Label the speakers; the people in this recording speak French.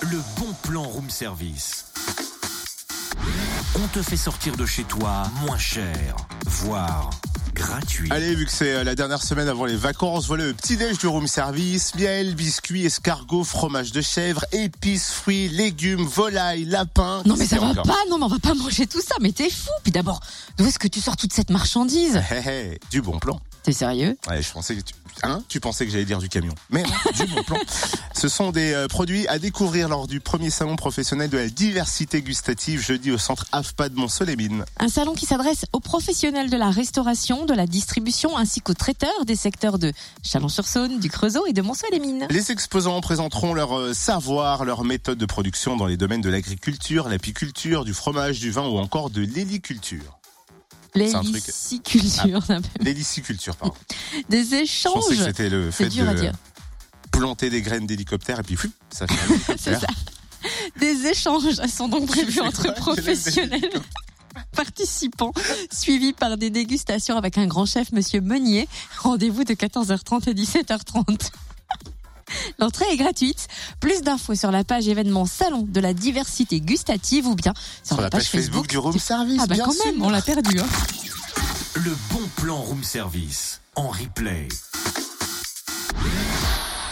Speaker 1: Le bon plan room service. On te fait sortir de chez toi moins cher, voire gratuit.
Speaker 2: Allez, vu que c'est euh, la dernière semaine avant les vacances, voilà le petit déj du room service. Miel, biscuits, escargots, fromage de chèvre, épices, fruits, légumes, volailles, lapins.
Speaker 3: Non mais ça
Speaker 2: Qu'est-ce
Speaker 3: va
Speaker 2: qu'il y a encore
Speaker 3: pas, non mais on va pas manger tout ça, mais t'es fou. Puis d'abord, d'où est-ce que tu sors toute cette marchandise
Speaker 2: Hé, hé, Eh, du bon plan.
Speaker 3: T'es sérieux
Speaker 2: Ouais, je pensais que tu... Hein tu pensais que j'allais dire du camion. Mais non, du bon plan. Ce sont des euh, produits à découvrir lors du premier salon professionnel de la diversité gustative jeudi au centre AFPA de Mont-Soleil-Mine.
Speaker 3: Un salon qui s'adresse aux professionnels de la restauration, de la distribution, ainsi qu'aux traiteurs des secteurs de Chalon-sur-Saône, du Creusot et de Monceau-les-Mines.
Speaker 2: Les exposants présenteront leur euh, savoir, leur méthode de production dans les domaines de l'agriculture, l'apiculture, du fromage, du vin ou encore de l'héliculture.
Speaker 3: Les
Speaker 2: C'est un truc-
Speaker 3: viticultures,
Speaker 2: L'héliciculture, pardon.
Speaker 3: des
Speaker 2: Je pensais que
Speaker 3: échanges.
Speaker 2: c'était le
Speaker 3: C'est
Speaker 2: fait
Speaker 3: dur à
Speaker 2: de
Speaker 3: dire.
Speaker 2: planter des graines d'hélicoptère et puis fou, ça fait un
Speaker 3: C'est
Speaker 2: hélicoptère.
Speaker 3: ça. Des échanges sont donc prévus
Speaker 2: C'est
Speaker 3: entre
Speaker 2: quoi,
Speaker 3: professionnels participants, suivis par des dégustations avec un grand chef, Monsieur Meunier. Rendez-vous de 14h30 à 17h30. L'entrée est gratuite. Plus d'infos sur la page événement Salon de la diversité gustative ou bien sur,
Speaker 2: Sur la page Facebook du room service,
Speaker 3: Ah bah
Speaker 2: bien
Speaker 3: quand
Speaker 2: sûr.
Speaker 3: même, on l'a perdu. hein.
Speaker 1: Le bon plan room service en replay.